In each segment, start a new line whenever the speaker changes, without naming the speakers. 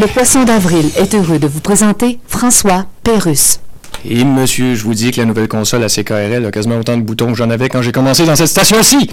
Le Poisson d'Avril est heureux de vous présenter François Pérus.
Et monsieur, je vous dis que la nouvelle console à CKRL a quasiment autant de boutons que j'en avais quand j'ai commencé dans cette station-ci.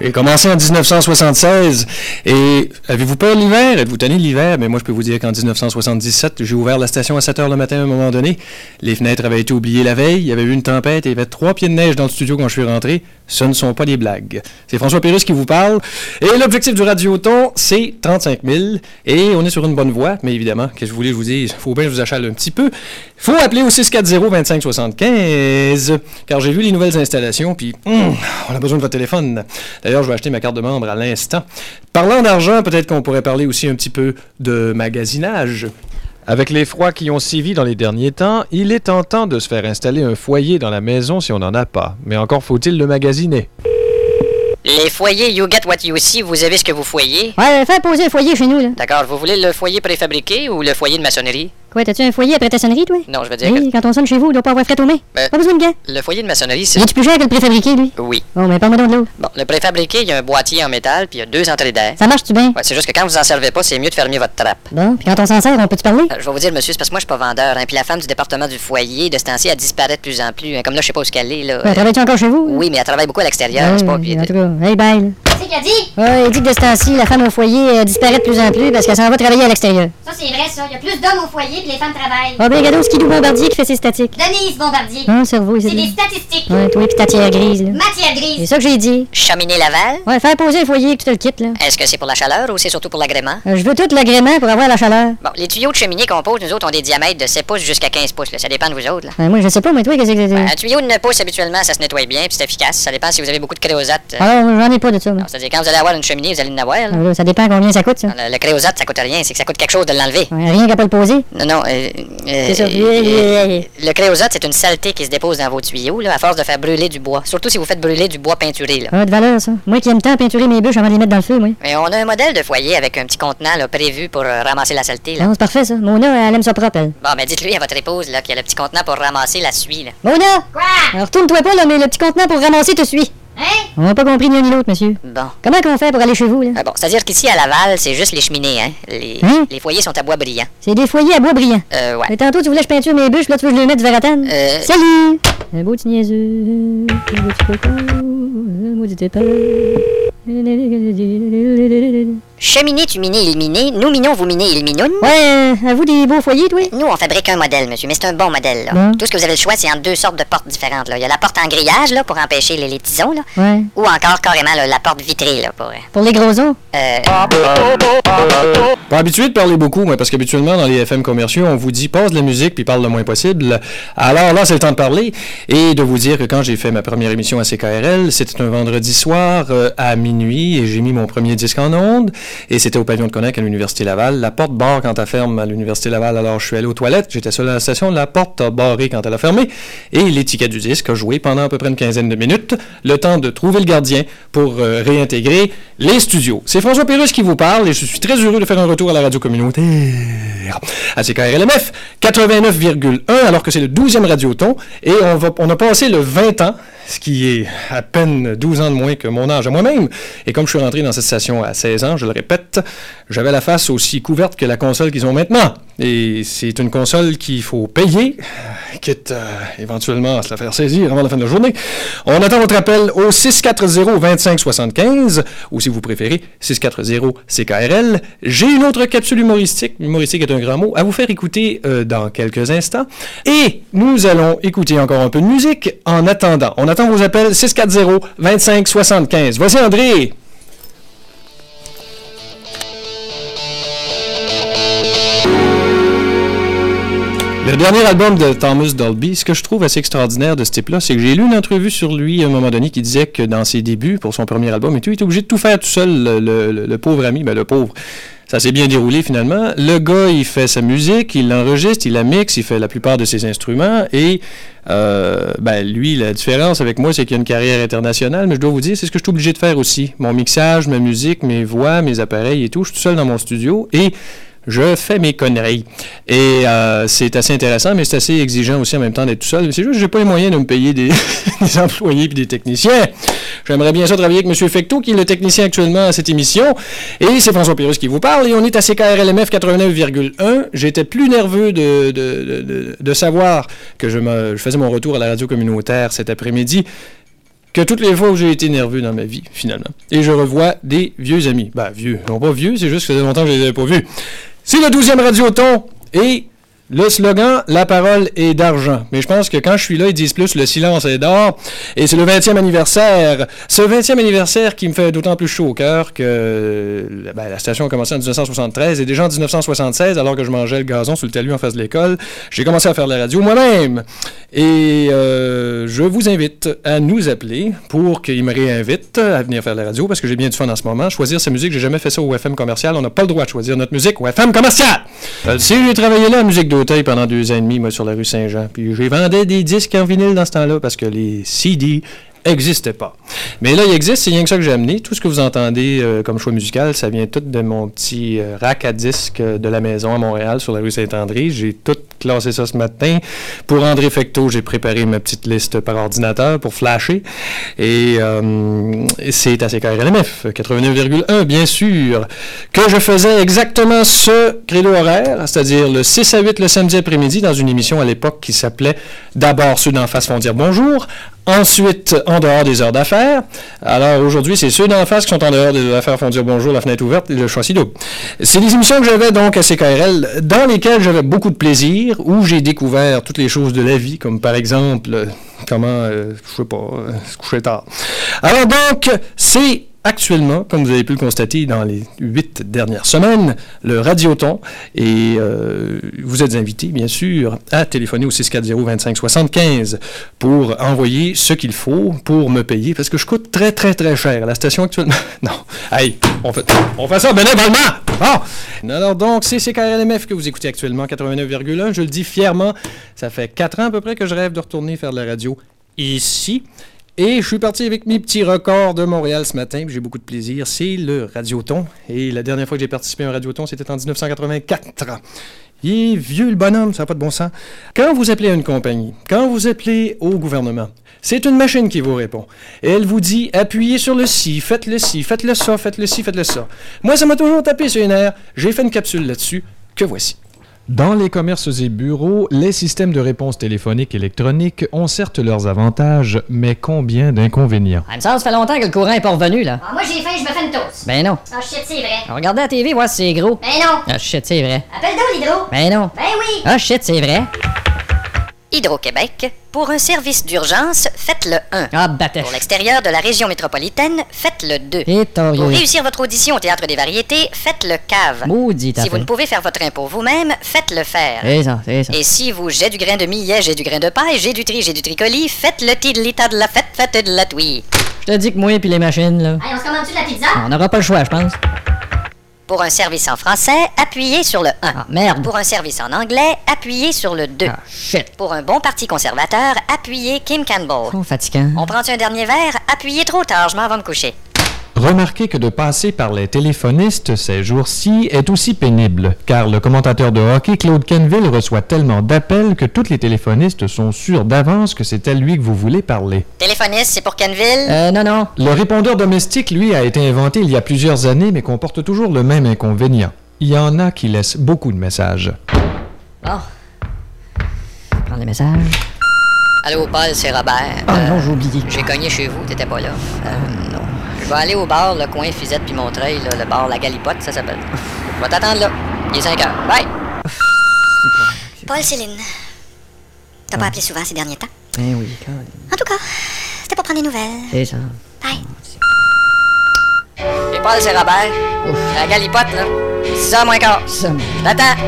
J'ai commencé en 1976. Et avez-vous peur de l'hiver? Êtes-vous tanné de l'hiver? Mais moi, je peux vous dire qu'en 1977, j'ai ouvert la station à 7 heures le matin à un moment donné. Les fenêtres avaient été oubliées la veille. Il y avait eu une tempête et il y avait trois pieds de neige dans le studio quand je suis rentré. Ce ne sont pas des blagues. C'est François Pérus qui vous parle. Et l'objectif du Radioton, c'est 35 000. Et on est sur une bonne voie, mais évidemment, qu'est-ce que je voulais que je vous dise? Faut bien que je vous achale un petit peu. Faut appeler au 640 25 75, car j'ai vu les nouvelles installations, puis hum, on a besoin de votre téléphone. D'ailleurs, je vais acheter ma carte de membre à l'instant. Parlant d'argent, peut-être qu'on pourrait parler aussi un petit peu de magasinage. Avec les froids qui ont sévi dans les derniers temps, il est tentant de se faire installer un foyer dans la maison si on n'en a pas. Mais encore faut-il le magasiner.
Les foyers You Get What You See, vous avez ce que vous foyez.
Ouais, fais poser un foyer chez nous, là.
D'accord, vous voulez le foyer préfabriqué ou le foyer de maçonnerie?
Quoi, t'as-tu un foyer après ta sonnerie, toi?
Non, je veux dire que...
Hey, quand on sonne chez vous, il doit pas avoir frais aux mains.
Ben-
Pas besoin de gants.
Le foyer de maçonnerie, c'est...
Il est plus cher que le préfabriqué, lui.
Oui.
Bon, mais parle-moi donc de l'eau.
Bon, le préfabriqué, il y a un boîtier en métal, puis il y a deux entrées d'air.
Ça marche-tu bien?
Ouais, c'est juste que quand vous en servez pas, c'est mieux de fermer votre trappe.
Bon, puis quand on s'en sert, on peut-tu parler?
Euh, Je vais vous dire, monsieur, c'est parce que moi, je suis pas vendeur, hein, puis la femme du département du foyer, de ce temps-ci, elle disparaît de plus en plus. hein, comme là, je sais pas où ce qu'elle est, là.
Ouais, Ben
Euh,
Travailles-tu encore chez vous?
oui, mais elle travaille beaucoup à l'extérieur,
Ouais,
c'est pas... puis-
en tout cas, hey, bye. là.
C'est qu'elle dit?
Ouais, il dit que de ce temps-ci, la femme au foyer euh, disparaît de plus en plus parce qu'elle s'en va travailler à l'extérieur.
Ça, c'est vrai, ça. Il y a plus d'hommes au foyer que les femmes travaillent.
Ah, ben, regarde, Skidou Bombardier qui fait ses statiques.
Denise Bombardier,
Hein, cerveau,
c'est des
ici.
statistiques.
Ouais, toi, puis ta tière grise, là.
Matière
C'est
grise,
ça que j'ai dit.
Cheminée Laval?
Ouais, faire poser un foyer que tu te le quittes, là.
Est-ce que c'est pour la chaleur ou c'est surtout pour l'agrément?
Euh, Je veux tout l'agrément pour avoir la chaleur.
Bon, les tuyaux de cheminée qu'on pose, nous autres, ont des diamètres de 7 pouces jusqu'à 15 pouces, là. Ça dépend de vous autres, là.
Ouais, Euh, moi, je sais pas, mais toi, qu'est-ce que
Euh, Un
c'est?
tuyau de 9 pouces, habituellement, ça se nettoie bien, puis c'est efficace. Ça dépend si vous avez beaucoup de créosate. euh.
Alors, j'en ai pas de ça, Ah, moi.
Alors, C'est-à-dire, quand vous allez avoir une cheminée, vous allez en avoir. là.
Euh, Ça dépend combien ça coûte, ça.
Le, le créosate, ça coûte rien, c'est que ça coûte quelque chose de l'enlever.
Ouais, rien qu'à pas le poser.
Non, non. euh, euh,
C'est ça.
euh, le créosate, c'est une saleté qui se dépose dans vos tuyaux, là, à force de faire brûler du bois. Surtout si vous faites brûler du bois peinturé, là.
Ah, de valeur, ça. Moi qui aime tant peinturer mes bûches avant de les mettre dans le feu, moi.
Mais on a un modèle de foyer avec un petit contenant là, prévu pour euh, ramasser la saleté. Là.
Non, c'est parfait, ça. Mona, elle aime ça propre, elle.
Bon, ben dites-lui à votre épouse là, qu'il y a le petit contenant pour ramasser la suie. Là.
Mona!
quoi?
Alors, retourne-toi pas, là, mais le petit contenant pour ramasser te suit.
Hein?
On n'a pas compris ni l'un ni l'autre, monsieur.
Bon.
Comment qu'on fait pour aller chez vous, là?
Ah bon, c'est-à-dire qu'ici à Laval, c'est juste les cheminées, hein. Les,
Hein?
les foyers sont à bois brillant.
C'est des foyers à bois brillant.
Euh, ouais.
Mais tantôt, tu voulais que je peinture mes bûches, puis là, tu veux que je les mette du verratane.
Euh.
Salut! Un beau petit niaiseux, un beau petit coco, un maudit épais. Ouais,
Cheminée, tu minée, il minée. Nous minons, vous minez, il minoune.
euh, à vous des beaux foyers, toi?
Nous, on fabrique un modèle, monsieur, mais c'est un bon modèle. Là.
Bon.
Tout ce que vous avez le choix, c'est entre deux sortes de portes différentes. Là. Il y a la porte en grillage là, pour empêcher les, les tisons, là,
Ouais.
ou encore carrément là, la porte vitrée. Là, pour, euh,
Pour les gros os.
euh,
Pas habitué de parler beaucoup, moi, parce qu'habituellement, dans les FM commerciaux, on vous dit passe de la musique puis parle le moins possible. Alors là, c'est le temps de parler et de vous dire que quand j'ai fait ma première émission à CKRL, c'était un vendredi soir euh, à minuit et j'ai mis mon premier disque en onde et c'était au pavillon de Connac à l'Université Laval. La porte barre quand elle ferme à l'Université Laval, alors je suis allé aux toilettes, j'étais seul à la station, la porte a barré quand elle a fermé et l'étiquette du disque a joué pendant à peu près une quinzaine de minutes, le temps de trouver le gardien pour euh, réintégrer les studios. C'est François Pérusse qui vous parle et je suis très heureux de faire un retour à la radio communautaire. À CKRLMF, 89,1 alors que c'est le 12e radioton et on, va, on a passé le 20 ans, ce qui est à peine 12 ans de moins que mon âge à moi-même. Et comme je suis rentré dans cette station à 16 ans, je le répète, j'avais la face aussi couverte que la console qu'ils ont maintenant. Et c'est une console qu'il faut payer, quitte euh, éventuellement à se la faire saisir avant la fin de la journée. On attend votre appel au 640-2575, ou si vous préférez, 640-CKRL. J'ai une autre capsule humoristique, humoristique est un grand mot, à vous faire écouter euh, dans quelques instants. Et nous allons écouter encore un peu de musique en attendant. On attend vos appels 640-2575. Voici André. Le dernier album de Thomas Dolby, ce que je trouve assez extraordinaire de ce type-là, c'est que j'ai lu une entrevue sur lui à un moment donné qui disait que dans ses débuts, pour son premier album et tout, il était obligé de tout faire tout seul, le, le- le- le pauvre ami, ben le pauvre. Ça s'est bien déroulé finalement. Le gars, il fait sa musique, il l'enregistre, il la mixe, il fait la plupart de ses instruments et euh, ben lui, la différence avec moi, c'est qu'il a une carrière internationale, mais je dois vous dire, c'est ce que je suis obligé de faire aussi. Mon mixage, ma musique, mes voix, mes appareils et tout, je suis tout seul dans mon studio et je fais mes conneries. Et euh, c'est assez intéressant, mais c'est assez exigeant aussi en même temps d'être tout seul. C'est juste que j'ai pas les moyens de me payer des, des employés puis des techniciens. J'aimerais bien ça travailler avec M. Fecteau, qui est le technicien actuellement à cette émission. Et c'est François Pérus qui vous parle. Et on est à CKRLMF 89,1. J'étais plus nerveux de, de- de- de- de savoir que je, me, je faisais mon retour à la radio communautaire cet après-midi que toutes les fois où j'ai été nerveux dans ma vie, finalement. Et je revois des vieux amis. Bah, vieux. Non, pas vieux, c'est juste que ça faisait longtemps que je les avais pas vus. C'est le 12e Radioton et le slogan La parole est d'argent. Mais je pense que quand je suis là, ils disent plus le silence est d'or. Et c'est le 20e anniversaire. Ce 20e anniversaire qui me fait d'autant plus chaud au cœur que euh, ben, la station a commencé en 1973 et déjà en 1976, alors que je mangeais le gazon sur le talus en face de l'école, j'ai commencé à faire de la radio moi-même. Et euh, je vous invite à nous appeler pour qu'ils me réinvitent à venir faire de la radio parce que j'ai bien du fun en ce moment. Choisir sa musique, j'ai jamais fait ça au FM commercial. On n'a pas le droit de choisir notre musique au FM commercial. Euh, si j'ai travaillé là à musique d'Auteuil pendant deux ans et demi, moi, sur la rue Saint-Jean, puis j'ai vendais des disques en vinyle dans ce temps-là parce que les CD n'existaient pas. Mais là, il existe, c'est rien que ça que j'ai amené. Tout ce que vous entendez euh, comme choix musical, ça vient tout de mon petit euh, rack à disques euh, de la maison à Montréal, sur la rue Saint-André. J'ai tout classé ça ce matin. Pour André Fecteau, j'ai préparé ma petite liste par ordinateur pour flasher. Et euh, c'est à CKRLMF 89,1, bien sûr, que je faisais exactement ce créneau horaire, c'est-à-dire le 6 à 8 le samedi après-midi, dans une émission à l'époque qui s'appelait D'abord ceux d'en face vont dire bonjour, ensuite en dehors des heures d'affaires. Alors aujourd'hui, c'est ceux d'en face qui sont en dehors des heures d'affaires font dire bonjour, la fenêtre ouverte et le châssis d'eau. C'est des émissions que j'avais donc à CKRL, dans lesquelles j'avais beaucoup de plaisir, où j'ai découvert toutes les choses de la vie, comme par exemple, euh, comment, euh, je sais pas, euh, se coucher tard. Alors donc, c'est actuellement, comme vous avez pu le constater dans les huit dernières semaines, le Radioton. Et euh, vous êtes invités, bien sûr, à téléphoner au 640-2575 pour envoyer ce qu'il faut pour me payer, parce que je coûte très, très, très cher à la station actuellement. non. Hey, on fait, on fait ça bénévolement! Bon! Alors donc, c'est CKRLMF que vous écoutez actuellement, 89,1. Je le dis fièrement, ça fait quatre ans à peu près que je rêve de retourner faire de la radio ici. Et je suis parti avec mes petits records de Montréal ce matin, puis j'ai beaucoup de plaisir. C'est le Radioton. Et la dernière fois que j'ai participé à un Radioton, c'était en 1984. Il est vieux le bonhomme, ça n'a pas de bon sens. Quand vous appelez à une compagnie, quand vous appelez au gouvernement, c'est une machine qui vous répond. Elle vous dit appuyez sur le si, faites le si, faites le ça, faites le si, faites le ça. Moi, ça m'a toujours tapé sur les nerfs. J'ai fait une capsule là-dessus, que voici.
Dans les commerces et bureaux, les systèmes de réponse téléphonique électronique ont certes leurs avantages, mais combien d'inconvénients
Ah, il me semble, ça fait longtemps que le courant est pas revenu, là.
Ah, moi j'ai faim, je me fais une toast.
Ben non.
Ah, shit, c'est vrai.
Ah, Regardez la TV, voir si c'est gros.
Ben non.
Ah, shit, c'est vrai.
Appelle donc l'hydro.
Ben non.
Ben oui.
Ah, shit, c'est vrai. Hydro-Québec, pour un service d'urgence, faites le 1.
Ah, bataille.
Pour l'extérieur de la région métropolitaine, faites le 2.
Et ton
Pour réussir votre audition au Théâtre des Variétés, faites le cave.
Maudit, t'as
Si vous ne
fait.
pouvez faire votre impôt vous-même, faites-le faire.
C'est ça, c'est ça.
Et si vous j'ai du grain de millet, j'ai du grain de paille, j'ai du tri, j'ai du tricolis, faites le tidelita de la fête, faites de la touille.
Je te dis que moi et puis les machines, là,
Allez, on se commande-tu de la pizza?
on n'aura pas le choix, je pense.
Pour un service en français, appuyez sur le 1.
Ah, merde.
Pour un service en anglais, appuyez sur le 2.
Ah, shit.
Pour un bon parti conservateur, appuyez Kim Campbell.
Oh, fatigant.
On prend un dernier verre, appuyez trop tard, je m'en vais me coucher.
Remarquez que de passer par les téléphonistes ces jours-ci est aussi pénible, car le commentateur de hockey Claude Kenville reçoit tellement d'appels que toutes les téléphonistes sont sûrs d'avance que c'est à lui que vous voulez parler.
Téléphoniste, c'est pour Canville.
Euh, non, non.
Le répondeur domestique, lui, a été inventé il y a plusieurs années, mais comporte toujours le même inconvénient. Il y en a qui laissent beaucoup de messages.
Bon. Je prends les messages.
Allô, Paul, c'est Robert.
Ah
Euh,
non, j'ai oublié.
J'ai cogné chez vous, t'étais pas là. Euh, non. Je vais aller au bar, le coin Fizette puis Montreuil, là, le bar La Galipote, ça s'appelle. Je vais t'attendre là. Il est 5 heures. Bye!
Paul Céline. T'as pas appelé souvent ces derniers temps?
Eh oui, Colin.
En tout cas, c'était pour prendre des nouvelles.
C'est ça.
Bye.
Et Paul, c'est Robert. La Galipote, là. 6 heures moins quart.
Ça, moi,
T'attends!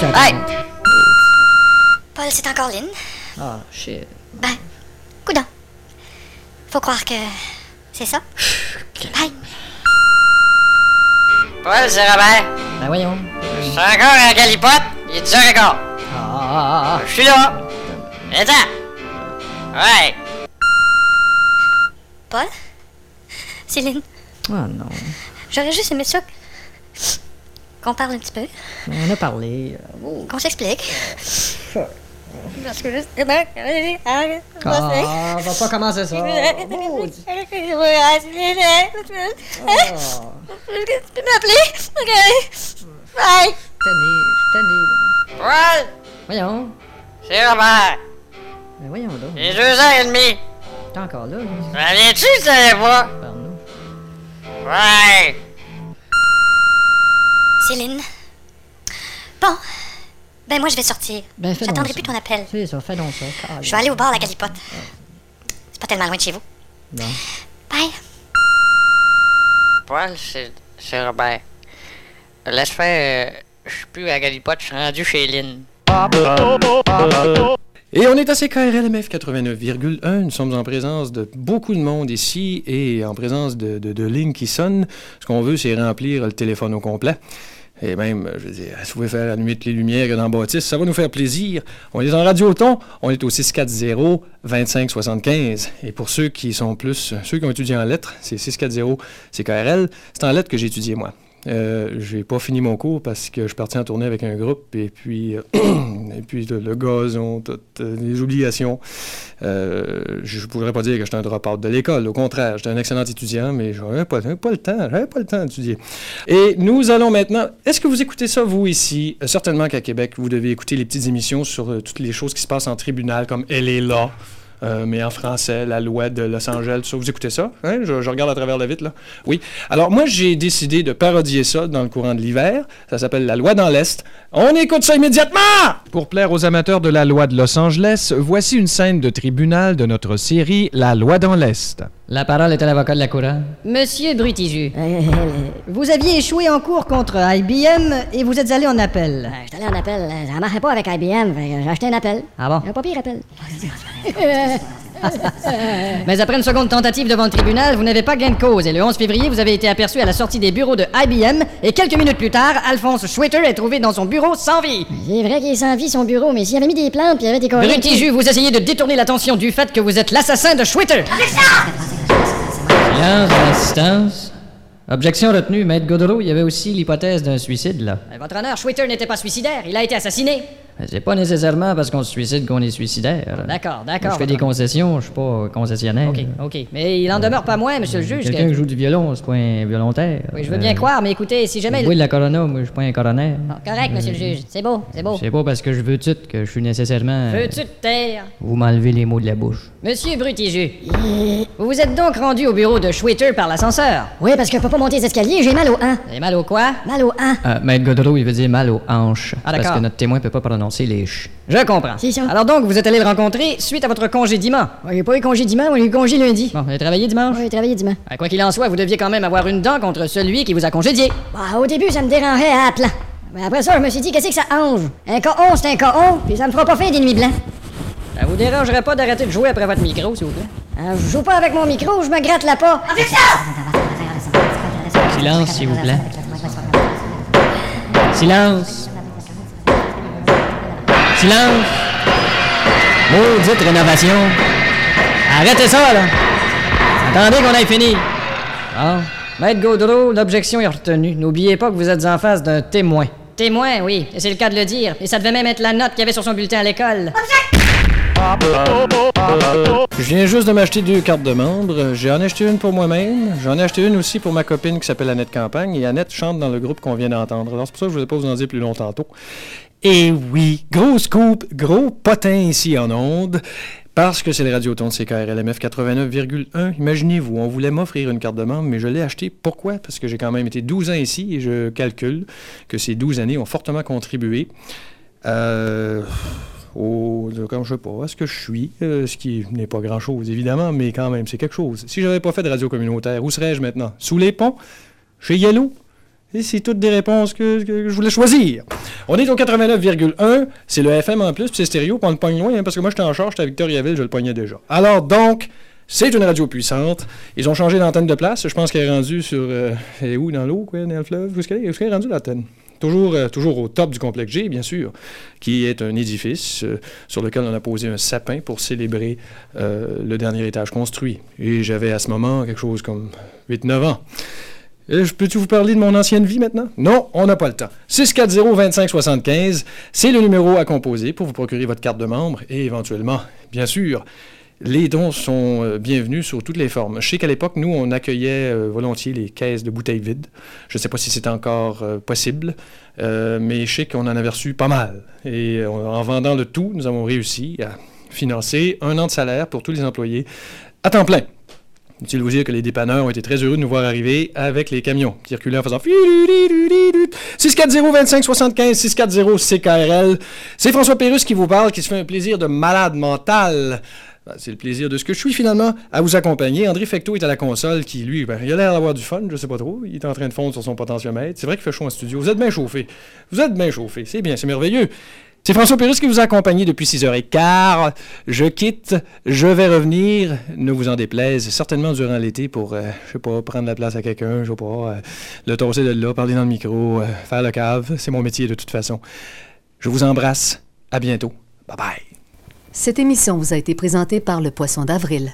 j'attends.
Bye!
Paul, c'est encore Lynn.
Ah, shit.
Ben, coudon. Faut croire que c'est ça. Bye.
Paul, c'est Robert.
Ben voyons.
C'est encore à la Galipote. Il est 10 heures et quart.
Ah, ah,
Je suis là. Attends! Ouais!
Paul? Céline,
ah. Ah, non.
j'aurais juste aimé ça. Qu'on parle un petit peu,
On a parlé.
qu'on s'explique. Parce que juste. eh ben, allez-y, allez, on va se-
Ah, on va pas commencer ça. Oh, dis-
Tu
ah.
peux m'appeler? Ok. Bye.
tanné, je suis tanné. là.
Paul,
Voyons.
c'est Robert.
Mais voyons donc.
J'ai deux ans et demi.
T'es encore là, là.
Reviens-tu, tu savais pas?
Parle-nous.
Ouais.
Céline. Bon. Ben, moi, je vais sortir.
Ben, fais donc
J'attendrai
ça.
plus ton appel.
C'est ça, fais donc ça. Ah,
Je vais aller au bar La Galipote. C'est pas tellement loin de chez vous.
Non.
Bye.
Paul, c'est c'est Robert. Laisse faire. euh, Je suis plus à Galipote, je suis rendu chez Lynn.
Et on est à CKRLMF 89,1. Nous sommes en présence de beaucoup de monde ici et en présence de, de- de lignes qui sonnent. Ce qu'on veut, c'est remplir le téléphone au complet. Et même, je veux dire, si vous pouvez faire allumer toutes les lumières dans Baptiste, ça va nous faire plaisir. On est en radioton, on est au 640 25 75. Et pour ceux qui sont plus, ceux qui ont étudié en lettres, c'est 640 CKRL. C'est en lettres que j'ai étudié, moi. Euh, j'ai pas fini mon cours parce que je suis parti en tournée avec un groupe et puis euh, et puis le, le gazon, toutes euh, les obligations. Euh, je ne voudrais pas dire que j'étais un drop-out de l'école. Au contraire, j'étais un excellent étudiant, mais j'avais pas, j'avais pas le temps. J'avais pas le temps d'étudier. Et nous allons maintenant. Est-ce que vous écoutez ça, vous, ici Euh, Certainement qu'à Québec, vous devez écouter les petites émissions sur euh, toutes les choses qui se passent en tribunal, comme Elle est là. euh, mais en français, la loi de Los Angeles, tout ça. vous écoutez ça? hein? Je, je regarde à travers la vitre, là. Oui. Alors, moi, j'ai décidé de parodier ça dans le courant de l'hiver. Ça s'appelle La loi dans l'Est. On écoute ça immédiatement!
Pour plaire aux amateurs de la loi de Los Angeles, voici une scène de tribunal de notre série La loi dans l'Est.
La parole est à l'avocat de la hein? couronne.
Monsieur
Eh,
Brutizu,
Euh, vous aviez échoué en cours contre IBM et vous êtes allé en appel.
j'étais allé en appel, euh, ça marchait pas avec IBM, fait que j'ai acheté un appel.
Ah bon?
Un pas pire appel.
Mais après une seconde tentative devant le tribunal, vous n'avez pas gain de cause et le 11 février, vous avez été aperçu à la sortie des bureaux de IBM et quelques minutes plus tard, Alphonse Schweiter est trouvé dans son bureau sans vie.
C'est vrai qu'il s'envie son bureau, mais s'il avait mis des plantes puis il avait des corons...
Brutiju, vous essayez de détourner l'attention du fait que vous êtes l'assassin de Schweiter.
Silence, assistance. Objection retenue, Maître Godreau, il y avait aussi l'hypothèse d'un suicide, là.
Euh, Votre honneur, Schweiter n'était pas suicidaire, il a été assassiné.
Mais C'est pas nécessairement parce qu'on se suicide qu'on est suicidaire.
D'accord,
Euh, Moi,
d'accord.
Je fais des concessions, je suis pas concessionnaire.
Ok, ok. Mais il en demeure pas moins, monsieur le juge.
Quelqu'un
que-
qui joue du violon, c'est pas involontaire.
Oui, je veux bien croire, mais écoutez, si jamais...
Oui, de la corona, moi, je suis pas un coroner.
Ah, correct, monsieur le juge. C'est beau, c'est beau.
C'est pas parce que je veux tout que je suis nécessairement.
Veux-tu te taire?
Vous m'enlevez les mots de la bouche.
Monsieur Brutiger, vous vous êtes donc rendu au bureau de Schweiter par l'ascenseur.
Oui, parce que pour pas monter les escaliers, j'ai mal au 1.
Vous avez mal au quoi?
Mal au 1.
Euh, Maître Godreau, il veut dire mal aux hanches.
Ah, d'accord.
parce que notre témoin peut pas prononcer les ch.
Je comprends.
C'est ça.
Alors donc, vous êtes allé le rencontrer suite à votre congédiement.
Moi, j'ai pas eu congé dimanche, moi j'ai eu congé lundi.
Bon, vous avez travaillé dimanche?
Moi, j'ai travaillé dimanche.
Ah, Quoi qu'il en soit, vous deviez quand même avoir une dent contre celui qui vous a congédié.
Bah, au début, ça me dérangeait à plan. Mais après ça, je me suis dit, qu'est-ce que ça ange? Un coron, c'est un coron, puis ça me fera pas faire des nuits blancs.
Ça vous dérangerait pas d'arrêter de jouer après votre micro, s'il vous plaît?
Hein, je joue pas avec mon micro, je me gratte la pas.
Silence, s'il vous plaît. Silence. Silence. Maudite rénovation. Arrêtez ça, là. Attendez qu'on aille finir.
Ah. Maître Gaudreau, l'objection est retenue. N'oubliez pas que vous êtes en face d'un témoin. Témoin, oui. Et c'est le cas de le dire. Et ça devait même être la note qu'il y avait sur son bulletin à l'école.
Je viens juste de m'acheter deux cartes de membres. J'en ai acheté une pour moi-même. J'en ai acheté une aussi pour ma copine qui s'appelle Annette Campagne. Et Annette chante dans le groupe qu'on vient d'entendre. Alors, c'est pour ça que je ne vais pas vous en dire plus longtemps tantôt. Et oui, grosse coupe, gros potin ici en onde. Parce que c'est le radioton de CKRLMF 89,1. Imaginez-vous, on voulait m'offrir une carte de membre, mais je l'ai achetée. Pourquoi? Parce que j'ai quand même été 12 ans ici et je calcule que ces 12 années ont fortement contribué. Euh, au, de- comme je sais pas, à ce que je suis, euh, ce qui n'est pas grand-chose, évidemment, mais quand même, c'est quelque chose. Si j'avais pas fait de radio communautaire, où serais-je maintenant? Sous les ponts? Chez Yellow? Et c'est toutes des réponses que, que je voulais choisir. On est au 89,1, c'est le FM en plus, puis c'est stéréo, puis on le pogne loin, hein, parce que moi j'étais en charge, j'étais à Victoriaville, je le pognais déjà. Alors donc, c'est une radio puissante. Ils ont changé d'antenne de place, je pense qu'elle est rendue sur... euh, elle est où, dans l'eau, quoi, dans le fleuve? Où est-ce qu'elle est, Où est-ce qu'elle est rendue l'antenne? Toujours, euh, toujours au top du complexe G, bien sûr, qui est un édifice euh, sur lequel on a posé un sapin pour célébrer euh, le dernier étage construit. Et j'avais à ce moment quelque chose comme 8-9 ans. Euh, je Peux-tu vous parler de mon ancienne vie maintenant? Non, on n'a pas le temps. 640-2575, c'est le numéro à composer pour vous procurer votre carte de membre et éventuellement, bien sûr, les dons sont euh, bienvenus sous toutes les formes. Je sais qu'à l'époque, nous, on accueillait euh, volontiers les caisses de bouteilles vides. Je ne sais pas si c'est encore euh, possible, euh, mais je sais qu'on en avait reçu pas mal. Et euh, en vendant le tout, nous avons réussi à financer un an de salaire pour tous les employés à temps plein. Utile vous dire que les dépanneurs ont été très heureux de nous voir arriver avec les camions qui circulaient en faisant 640-2575, 640-CKRL. C'est François Pérusse qui vous parle, qui se fait un plaisir de malade mental. Ben, C'est le plaisir de ce que je suis finalement à vous accompagner. André Fecteau est à la console qui, lui, ben, il a l'air d'avoir du fun, je sais pas trop. Il est en train de fondre sur son potentiomètre. C'est vrai qu'il fait chaud en studio. Vous êtes bien chauffé. Vous êtes bien chauffé. C'est bien, c'est merveilleux. C'est François Pérusse qui vous a accompagné depuis 6h15. Je quitte, je vais revenir, ne vous en déplaise, certainement durant l'été pour, euh, je sais pas, prendre la place à quelqu'un, je sais pas, euh, le tosser de là, parler dans le micro, euh, faire le cave. C'est mon métier de toute façon. Je vous embrasse. À bientôt. Bye bye.
Cette émission vous a été présentée par Le Poisson d'Avril.